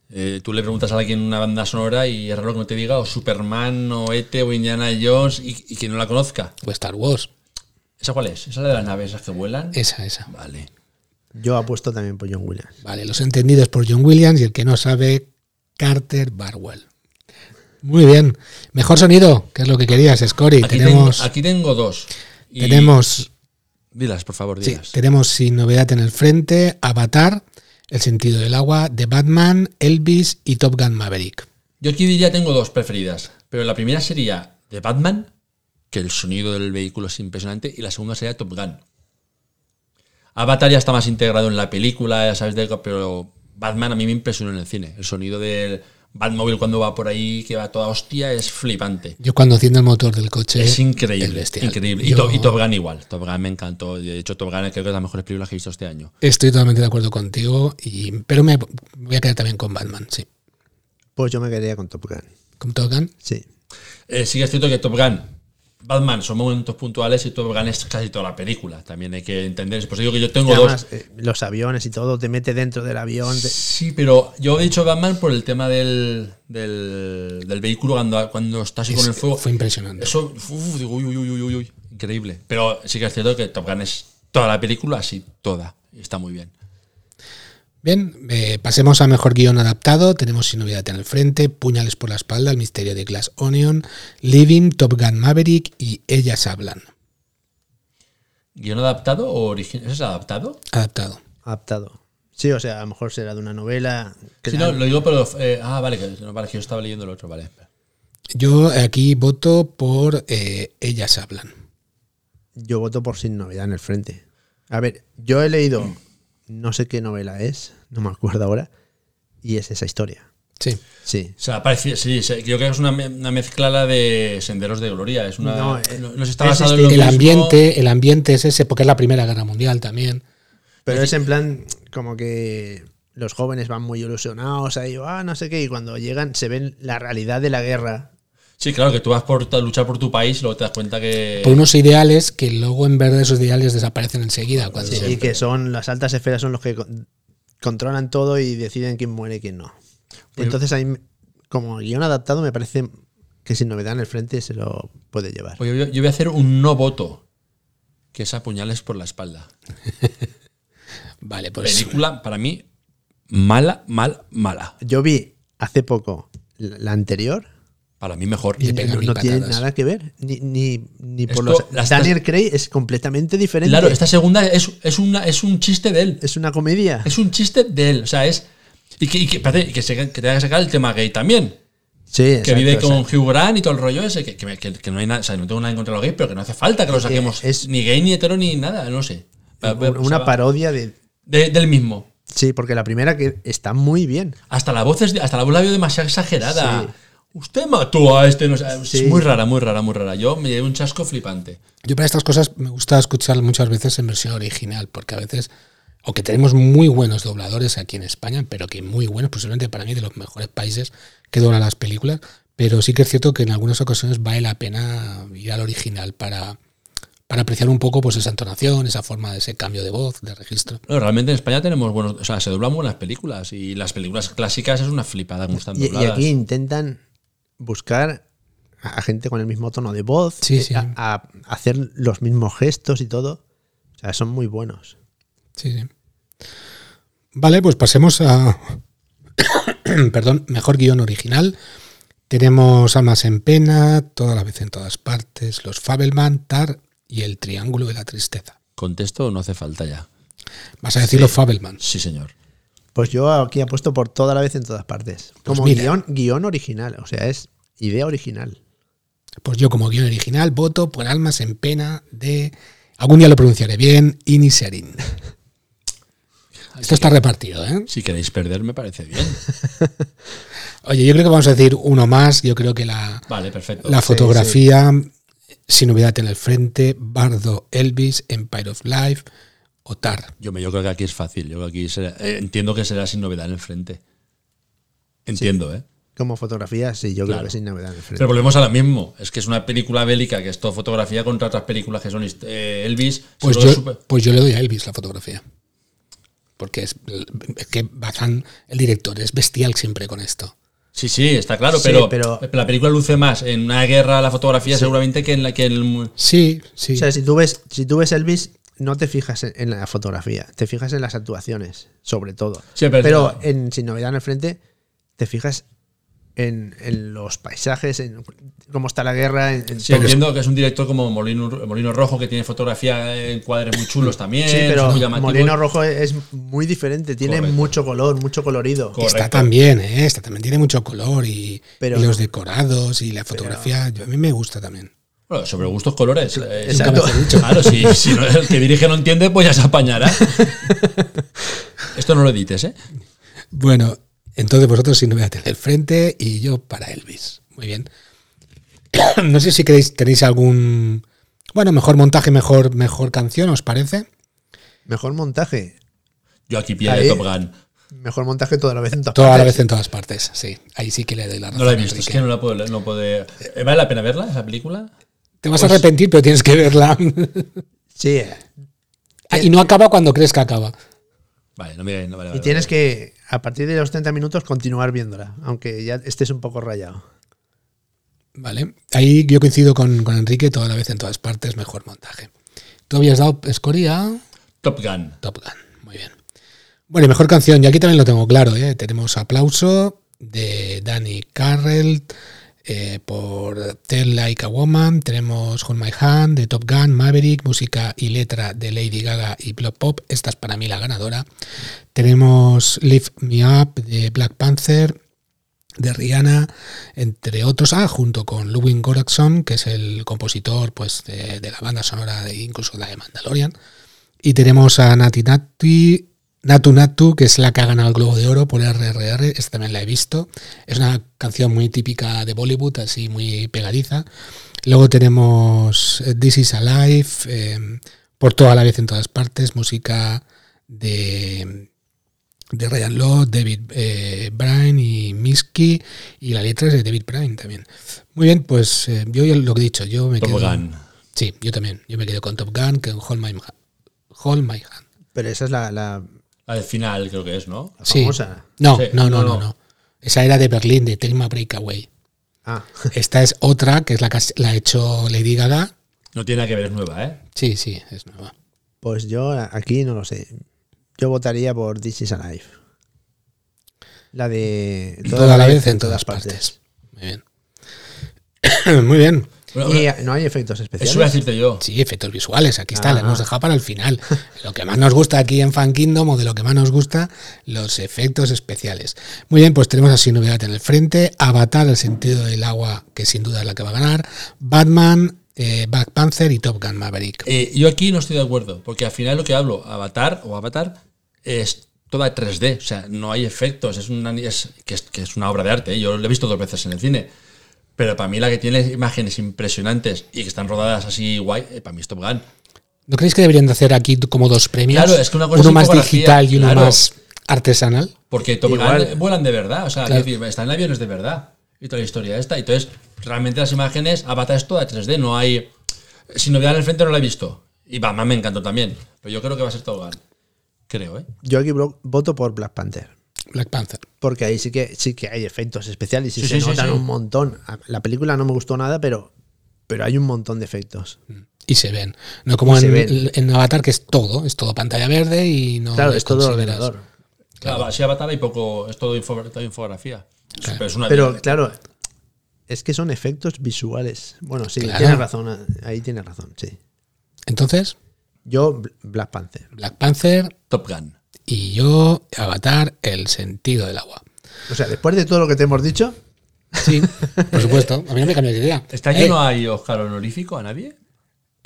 Speaker 2: Eh, tú le preguntas a alguien una banda sonora y es raro que no te diga o Superman o E.T. o Indiana Jones y, y que no la conozca.
Speaker 1: O Star Wars. Eh,
Speaker 2: ¿Esa cuál es? ¿Esa es la de las naves esas que vuelan?
Speaker 1: Esa, esa.
Speaker 2: Vale.
Speaker 3: Yo apuesto también por John Williams.
Speaker 1: Vale, los entendidos por John Williams y el que no sabe, Carter Barwell. Muy bien. Mejor sonido, que es lo que querías, Scory.
Speaker 2: Aquí,
Speaker 1: Tenemos,
Speaker 2: tengo, aquí tengo dos. Y-
Speaker 1: tenemos,
Speaker 2: Dilas, por favor,
Speaker 1: sí,
Speaker 2: dilas.
Speaker 1: tenemos sin novedad en el frente, Avatar, El sentido del agua, The Batman, Elvis y Top Gun Maverick.
Speaker 2: Yo aquí diría tengo dos preferidas, pero la primera sería de Batman, que el sonido del vehículo es impresionante, y la segunda sería Top Gun. Avatar ya está más integrado en la película, ya sabes, de, pero Batman a mí me impresionó en el cine. El sonido del Batmóvil cuando va por ahí, que va toda hostia, es flipante.
Speaker 1: Yo cuando enciendo el motor del coche.
Speaker 2: Es increíble,
Speaker 1: bestial.
Speaker 2: increíble. Y,
Speaker 1: Yo
Speaker 2: Top, y Top Gun igual. Top Gun me encantó. De hecho, Top Gun creo que es de las mejores películas que he visto este año.
Speaker 1: Estoy totalmente de acuerdo contigo, y, pero me voy a quedar también con Batman, sí.
Speaker 3: Pues yo me quedaría con Top Gun.
Speaker 1: Con Top Gun.
Speaker 3: Sí.
Speaker 2: Eh, sí que es cierto que Top Gun, Batman son momentos puntuales y Top Gun es casi toda la película. También hay que entender. eso. Por eso digo que yo tengo
Speaker 3: Y además,
Speaker 2: dos.
Speaker 3: eh, los aviones y todo, te mete dentro del avión. te-
Speaker 2: Sí, pero yo he dicho Batman por el tema del, del, del vehículo cuando, cuando está así con el
Speaker 1: Es-
Speaker 2: fuego.
Speaker 1: Fue impresionante.
Speaker 2: Eso, uf, digo, uy, uy, uy, uy, uy, increíble. Pero sí que es cierto que Top Gun es toda la película, así toda. Y está muy bien.
Speaker 1: Bien, eh, pasemos a mejor guión adaptado. Tenemos Sin novedad en el frente, Puñales por la espalda, El misterio de Glass Onion, Living, Top Gun Maverick y Ellas hablan.
Speaker 2: ¿Guión adaptado o original? ¿Es adaptado?
Speaker 1: Adaptado.
Speaker 3: Adaptado. Sí, o sea, a lo mejor será de una novela. que
Speaker 2: Sí,
Speaker 3: la-
Speaker 2: no, lo digo, pero. eh, ah, vale que, no, vale, que yo estaba leyendo el otro, vale.
Speaker 1: Yo aquí voto por eh, Ellas hablan.
Speaker 3: Yo voto por Sin Novedad en el Frente. A ver, yo he leído, no sé qué novela es, no me acuerdo ahora, y es esa historia.
Speaker 1: Sí.
Speaker 3: Sí.
Speaker 2: O sea, parece, sí, sí, creo que es una, me- una mezcla la de Senderos de Gloria. Es una,
Speaker 3: No, eh,
Speaker 2: no- no se está
Speaker 3: es
Speaker 2: basado en
Speaker 3: este-
Speaker 2: lo
Speaker 1: El
Speaker 2: mismo.
Speaker 1: ambiente, el ambiente es ese, porque es la Primera Guerra Mundial también.
Speaker 3: Pero es en plan como que los jóvenes van muy ilusionados ahí, ah, no sé qué, y cuando llegan se ven la realidad de la guerra.
Speaker 2: Sí, claro, que tú vas por ta- luchar por tu país y luego te das cuenta que.
Speaker 1: Por unos ideales que luego en verdad esos ideales desaparecen enseguida. Cuando
Speaker 3: sí, y que son las altas esferas son los que con- controlan todo y deciden quién muere y quién no. Entonces ahí, me- como guión adaptado, me parece que sin novedad en el frente se lo puede llevar.
Speaker 2: Oye, Pues yo, yo voy a hacer un no voto, que es apuñales por la espalda.
Speaker 1: Vale, pues
Speaker 2: Película, para mí, mala, mal, mala.
Speaker 3: Yo vi hace poco la la anterior.
Speaker 2: Para mí, mejor.
Speaker 1: Y- le pega
Speaker 3: no,
Speaker 1: mil
Speaker 3: no tiene
Speaker 1: patadas.
Speaker 3: nada que ver. Ni, ni, ni por
Speaker 2: Esto-
Speaker 3: los.
Speaker 2: las-
Speaker 3: Daniel Craig es completamente diferente.
Speaker 2: Claro, esta segunda es, es, una, es un chiste de él.
Speaker 3: Es una comedia.
Speaker 2: Es un chiste de él. O sea, es. Y que, y que, espérate, y que, se- que tenga que sacar el tema gay también.
Speaker 3: sí,
Speaker 2: que
Speaker 3: exacto,
Speaker 2: vive con
Speaker 3: exacto.
Speaker 2: Hugh Grant y todo el rollo ese, que, que, que- que no hay nada, o sea, no tengo nada en contra de los gays, pero que no hace falta que lo saquemos
Speaker 3: es-
Speaker 2: ni gay, ni hetero, ni nada, no sé. Va- va- o sea,
Speaker 3: Una
Speaker 2: va-
Speaker 3: parodia de.
Speaker 2: de- del mismo.
Speaker 3: Sí, porque la primera que está muy bien.
Speaker 2: Hasta la voz es, hasta la voz la veo demasiado exagerada.
Speaker 3: Sí.
Speaker 2: Usted mató a este, no sé,
Speaker 3: Sí.
Speaker 2: es muy rara, muy rara, muy rara. Yo me llevé un chasco flipante.
Speaker 1: Yo para estas cosas me gusta escuchar muchas veces en versión original, porque a veces, aunque tenemos muy buenos dobladores aquí en España, pero que muy buenos, posiblemente para mí de los mejores países que doblan las películas, pero sí que es cierto que en algunas ocasiones vale la pena ir al original para, para apreciar un poco pues esa entonación, esa forma de ese cambio de voz, de registro.
Speaker 2: No, realmente en España tenemos buenos, o sea, se doblan buenas películas y las películas clásicas es una flipada como están
Speaker 3: Y, y
Speaker 2: dobladas.
Speaker 3: aquí intentan buscar a, a gente con el mismo tono de voz.
Speaker 1: Sí,
Speaker 3: eh,
Speaker 1: sí.
Speaker 3: A, a hacer los mismos gestos y todo. O sea, son muy buenos.
Speaker 1: Sí, sí. Vale, pues pasemos a. [COUGHS] Perdón, mejor guión original. Tenemos Almas en Pena, Toda la vez en todas partes, Los Fabelman, Tar y El Triángulo de la Tristeza.
Speaker 2: Contesto, no hace falta ya.
Speaker 1: Vas a decir los Fabelman.
Speaker 2: Sí, señor.
Speaker 3: Pues yo aquí apuesto por toda la vez en todas partes. Como
Speaker 1: Pues mira.
Speaker 3: guión, guión original. O sea, es idea original.
Speaker 1: Pues yo, como guión original, voto por Almas en Pena de. Algún día lo pronunciaré bien, Iniserin. Esto está repartido, ¿eh?
Speaker 2: Si queréis perder, me parece bien.
Speaker 1: Oye, yo creo que vamos a decir uno más. Yo creo que la,
Speaker 2: Vale, perfecto.
Speaker 1: La fotografía, sin novedad en el frente, Bardo, Elvis, Empire of Life, Otar.
Speaker 2: Yo, me, yo creo que aquí es fácil. Yo creo que aquí será- eh, entiendo que será sin novedad en el frente. Entiendo, ¿eh?
Speaker 3: Como fotografía, sí, yo
Speaker 2: Claro.
Speaker 3: creo que sin novedad en el frente.
Speaker 2: Pero volvemos a lo mismo. Es que es una película bélica, que es todo fotografía contra otras películas que son hist- eh, Elvis.
Speaker 1: Pues
Speaker 2: seguro
Speaker 1: yo,
Speaker 2: que es super-
Speaker 1: pues yo le doy a Elvis la fotografía. Porque es, es que Bazán, el director, es bestial siempre con esto.
Speaker 2: Sí, sí, está claro,
Speaker 3: Sí,
Speaker 2: pero,
Speaker 3: pero-
Speaker 2: la película luce más en una guerra la fotografía seguramente que en la que el... mu-
Speaker 1: Sí, sí.
Speaker 3: O sea, si tú ves, si tú ves Elvis, no te fijas en, en la fotografía, te fijas en las actuaciones, sobre todo.
Speaker 2: Sí, pero-
Speaker 3: pero en Sin Novedad en el Frente, te fijas en, en los paisajes, en cómo está la guerra. en- en
Speaker 2: Sí,
Speaker 3: todo.
Speaker 2: entiendo que es un director como Molino, Molino Rojo, que tiene fotografía en cuadros muy chulos también.
Speaker 3: Sí, pero
Speaker 2: son muy llamativos.
Speaker 3: Molino Rojo es es muy diferente, tiene
Speaker 2: Correcto.
Speaker 3: mucho color, mucho colorido.
Speaker 2: Co- Correcto.
Speaker 1: Esta también, ¿eh? Esta también tiene mucho color y,
Speaker 3: Pero
Speaker 1: y los
Speaker 3: no.
Speaker 1: decorados y la fotografía. Yo- a mí me gusta también.
Speaker 2: Bueno, sobre gustos colores. eh,
Speaker 3: Exacto.
Speaker 2: nunca mejor dicho. Claro, si, si no- el que dirige no entiende, pues ya se
Speaker 3: [LAUGHS]
Speaker 2: apañará. Esto no lo edites, ¿eh?
Speaker 1: Bueno, entonces vosotros sin novedad en el frente y yo para Elvis. Muy bien. [COUGHS] No sé si queréis, tenéis algún. Bueno, mejor montaje, mejor, mejor canción, ¿os parece?
Speaker 3: Mejor montaje.
Speaker 2: Yo aquí pie de
Speaker 3: Ahí.
Speaker 2: Top Gun.
Speaker 3: Mejor montaje toda la vez en todas
Speaker 1: Toda la
Speaker 3: partes.
Speaker 1: vez en todas partes, sí. Ahí sí que le doy la razón.
Speaker 2: No la he
Speaker 1: a
Speaker 2: visto, es
Speaker 1: Enrique.
Speaker 2: que no la puedo. leer, No puedo eh, ¿Vale la pena verla, esa película?
Speaker 1: Te vas a arrepentir, pero tienes que
Speaker 2: [LAUGHS]
Speaker 1: verla.
Speaker 3: Sí, eh.
Speaker 1: y no acaba cuando crees que acaba.
Speaker 2: Vale, no me no, vale,
Speaker 3: y
Speaker 2: vale,
Speaker 3: tienes
Speaker 2: vale.
Speaker 3: que, a partir de los 30 minutos, continuar viéndola, aunque ya estés un poco rayado.
Speaker 1: Vale. Ahí yo coincido con, con Enrique, toda la vez en todas partes, mejor montaje. Tú habías dado Escoria.
Speaker 2: Top Gun.
Speaker 1: Top Gun. Muy bien. Bueno, y mejor canción. Y aquí también lo tengo claro. ¿eh? Tenemos aplauso de Danny Carrell eh, por Tell Like a Woman. Tenemos Hold My Hand de Top Gun, Maverick, música y letra de Lady Gaga y Block Pop. Esta es para mí la ganadora. Tenemos Lift Me Up de Black Panther de Rihanna, entre otros, ah, junto con Ludwig Göransson, que es el compositor pues, de, de la banda sonora de incluso la de Mandalorian. Y tenemos a Nati Nati, Natu Natu, que es la que ha ganado el Globo de Oro por RRR, esta también la he visto. Es una canción muy típica de Bollywood, así muy pegadiza. Luego tenemos eh, This Is Alive, eh, por toda la vez en todas partes, música de, de Ryan Law, David eh, Bryan y Miski, y la letra es de David Bryan también. Muy bien, pues eh, yo ya lo que he dicho, yo me
Speaker 2: Top
Speaker 1: quedo...
Speaker 2: Gun.
Speaker 1: Sí, yo también. Yo me quedo con Top Gun, con Hold My, Ma- Hold My Hand.
Speaker 3: Pero esa es la, la-
Speaker 2: Al final creo que es, ¿no?
Speaker 3: la
Speaker 1: Sí.
Speaker 3: famosa.
Speaker 1: No,
Speaker 2: Sí,
Speaker 1: no, no,
Speaker 2: no,
Speaker 1: no,
Speaker 2: no.
Speaker 1: no. Esa era de Berlín, de Telma Breakaway.
Speaker 3: Ah,
Speaker 1: Esta es otra, que es la que has- la ha hecho Lady Gaga.
Speaker 2: No tiene nada que ver, es nueva, ¿eh?
Speaker 1: Sí, sí, es nueva.
Speaker 3: pues yo aquí no lo sé. Yo votaría por This Is Alive. La de
Speaker 1: Toda, la vez en todas partes. Muy bien. [COUGHS] Muy bien.
Speaker 2: Bueno,
Speaker 3: Y
Speaker 2: bueno,
Speaker 3: eh, no hay efectos especiales.
Speaker 2: eso voy a decirte yo.
Speaker 1: Sí, efectos visuales, aquí está,
Speaker 3: Ah.
Speaker 1: la hemos dejado para el final. Lo que más nos gusta aquí en Fan Kingdom o de lo que más nos gusta, los efectos especiales. Muy bien, pues tenemos así novedad en el frente, Avatar, el sentido del agua, que sin duda es la que va a ganar, Batman, eh, Black Panther y Top Gun Maverick.
Speaker 2: Eh, yo aquí no estoy de acuerdo, porque al final lo que hablo, Avatar o Avatar, es toda 3D, o sea, no hay efectos, es una, es, que, es, que es una obra de arte, ¿eh? yo lo he visto dos veces en el cine, pero para mí la que tiene imágenes impresionantes y que están rodadas así guay, eh, para mí es Top Gun.
Speaker 1: ¿No creéis que deberían de hacer aquí como dos premios?
Speaker 2: Claro, es que una cosa
Speaker 1: uno
Speaker 2: es
Speaker 1: más
Speaker 2: tipografía,
Speaker 1: digital y uno
Speaker 2: claro.
Speaker 1: más artesanal.
Speaker 2: Porque Top
Speaker 3: Igual.
Speaker 2: Gun vuelan de verdad, o sea,
Speaker 1: Claro.
Speaker 2: quiero decir, están en aviones de verdad. Y toda la historia esta. Y Entonces, realmente las imágenes, Avatar es toda 3D, no hay. Sin novedad en el frente no la he visto. Y Batman me encantó también. Pero yo creo que va a ser Top Gun. Creo, ¿eh?
Speaker 3: Yo aquí blo- voto por Black Panther.
Speaker 1: Black Panther.
Speaker 3: Porque ahí sí que sí que hay efectos especiales y
Speaker 2: Sí,
Speaker 3: se
Speaker 2: sí, sí,
Speaker 3: notan
Speaker 2: sí.
Speaker 3: un montón. A- La película no me gustó nada, pero, pero hay un montón de efectos.
Speaker 1: Y se ven. No como
Speaker 3: Y se
Speaker 1: en,
Speaker 3: ven.
Speaker 1: en Avatar, que es todo, es todo pantalla verde y no.
Speaker 3: claro,
Speaker 1: le
Speaker 3: es todo
Speaker 1: consideras.
Speaker 3: ordenador.
Speaker 2: Claro, si Avatar hay poco. Es todo, info- toda infografía. Pero es una.
Speaker 3: Pero claro, es que son efectos visuales. Bueno, sí,
Speaker 1: Claro.
Speaker 3: tienes razón. Ahí tienes razón, sí.
Speaker 1: Entonces,
Speaker 3: Yo, Bl- Black Panther.
Speaker 1: Black Panther,
Speaker 2: Top Gun.
Speaker 1: y yo Avatar el sentido del agua.
Speaker 3: O sea, después de todo lo que te hemos dicho,
Speaker 1: Sí, [LAUGHS] por supuesto. A mí no me cambia de idea.
Speaker 2: ¿Este año no hay Oscar honorífico a nadie?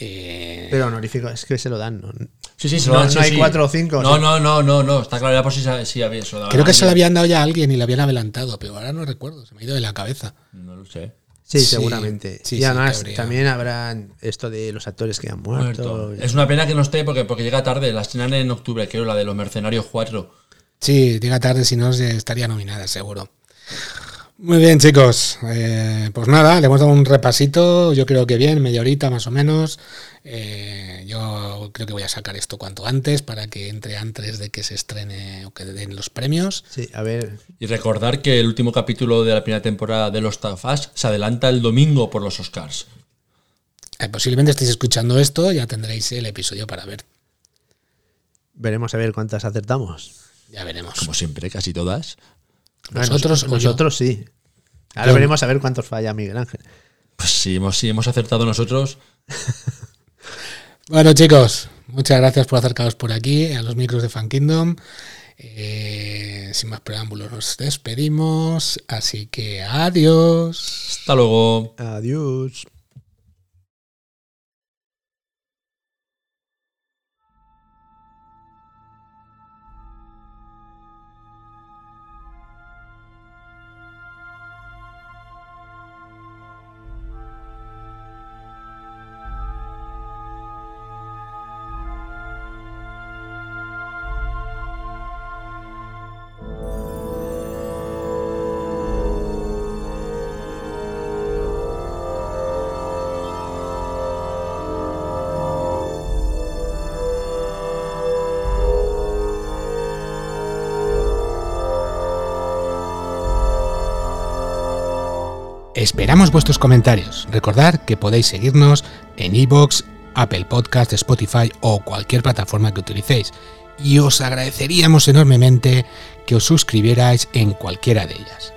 Speaker 1: Eh, eh,
Speaker 3: pero honorífico, es que se lo dan. ¿no?
Speaker 2: Sí, sí, se
Speaker 3: No,
Speaker 2: dan,
Speaker 3: no
Speaker 2: sí,
Speaker 3: hay
Speaker 2: sí.
Speaker 3: cuatro o cinco,
Speaker 2: No,
Speaker 3: sí.
Speaker 2: no, no, no, no. Está claro, era por si se- si había. se lo daban
Speaker 1: creo que
Speaker 2: a
Speaker 1: se lo
Speaker 2: alguien.
Speaker 1: habían dado ya a alguien y lo habían adelantado, pero ahora no recuerdo. Se me ha ido de la cabeza.
Speaker 2: No lo sé.
Speaker 3: Sí,
Speaker 1: Sí,
Speaker 3: seguramente.
Speaker 1: sí, sí,
Speaker 3: y además,
Speaker 1: cabría.
Speaker 3: también habrán esto de los actores que han muerto.
Speaker 2: Muerto. Es una pena que no esté porque, porque llega tarde. La estrenan en octubre, creo, la de los Mercenarios 4.
Speaker 1: Sí, llega tarde, si no se- estaría nominada, seguro. Muy bien, chicos. Eh, pues nada, le hemos dado un repasito. Yo creo que bien, media horita más o menos. Eh, yo creo que voy a sacar esto cuanto antes para que entre antes de que se estrene o que den los premios.
Speaker 3: Sí, a ver.
Speaker 2: Y recordar que el último capítulo de la primera temporada de Los Tafas se adelanta el domingo por los Oscars.
Speaker 1: Eh, posiblemente estéis escuchando esto, ya tendréis el episodio para ver
Speaker 3: Veremos a ver cuántas acertamos.
Speaker 1: Ya veremos.
Speaker 2: Como siempre, casi todas.
Speaker 1: Nosotros, o yo.
Speaker 3: nosotros sí. Ahora
Speaker 1: Yo-
Speaker 3: veremos a ver cuántos falla Miguel Ángel.
Speaker 2: Pues si hemos, si hemos acertado nosotros,
Speaker 1: Bueno, chicos, muchas gracias por acercaros por aquí a los micros de Fan Kingdom. Eh, sin más preámbulos, nos despedimos. Así que adiós.
Speaker 2: hasta luego.
Speaker 3: Adiós.
Speaker 1: Esperamos vuestros comentarios. Recordad que podéis seguirnos en iVoox, Apple Podcast, Spotify o cualquier plataforma que utilicéis. Y os agradeceríamos enormemente que os suscribierais en cualquiera de ellas.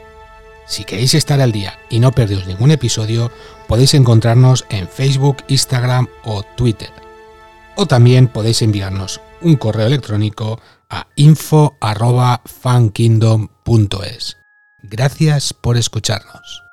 Speaker 1: Si queréis estar al día y no perderos ningún episodio, podéis encontrarnos en Facebook, Instagram o Twitter. O también podéis enviarnos un correo electrónico a info@fankingdom.es. Gracias por escucharnos.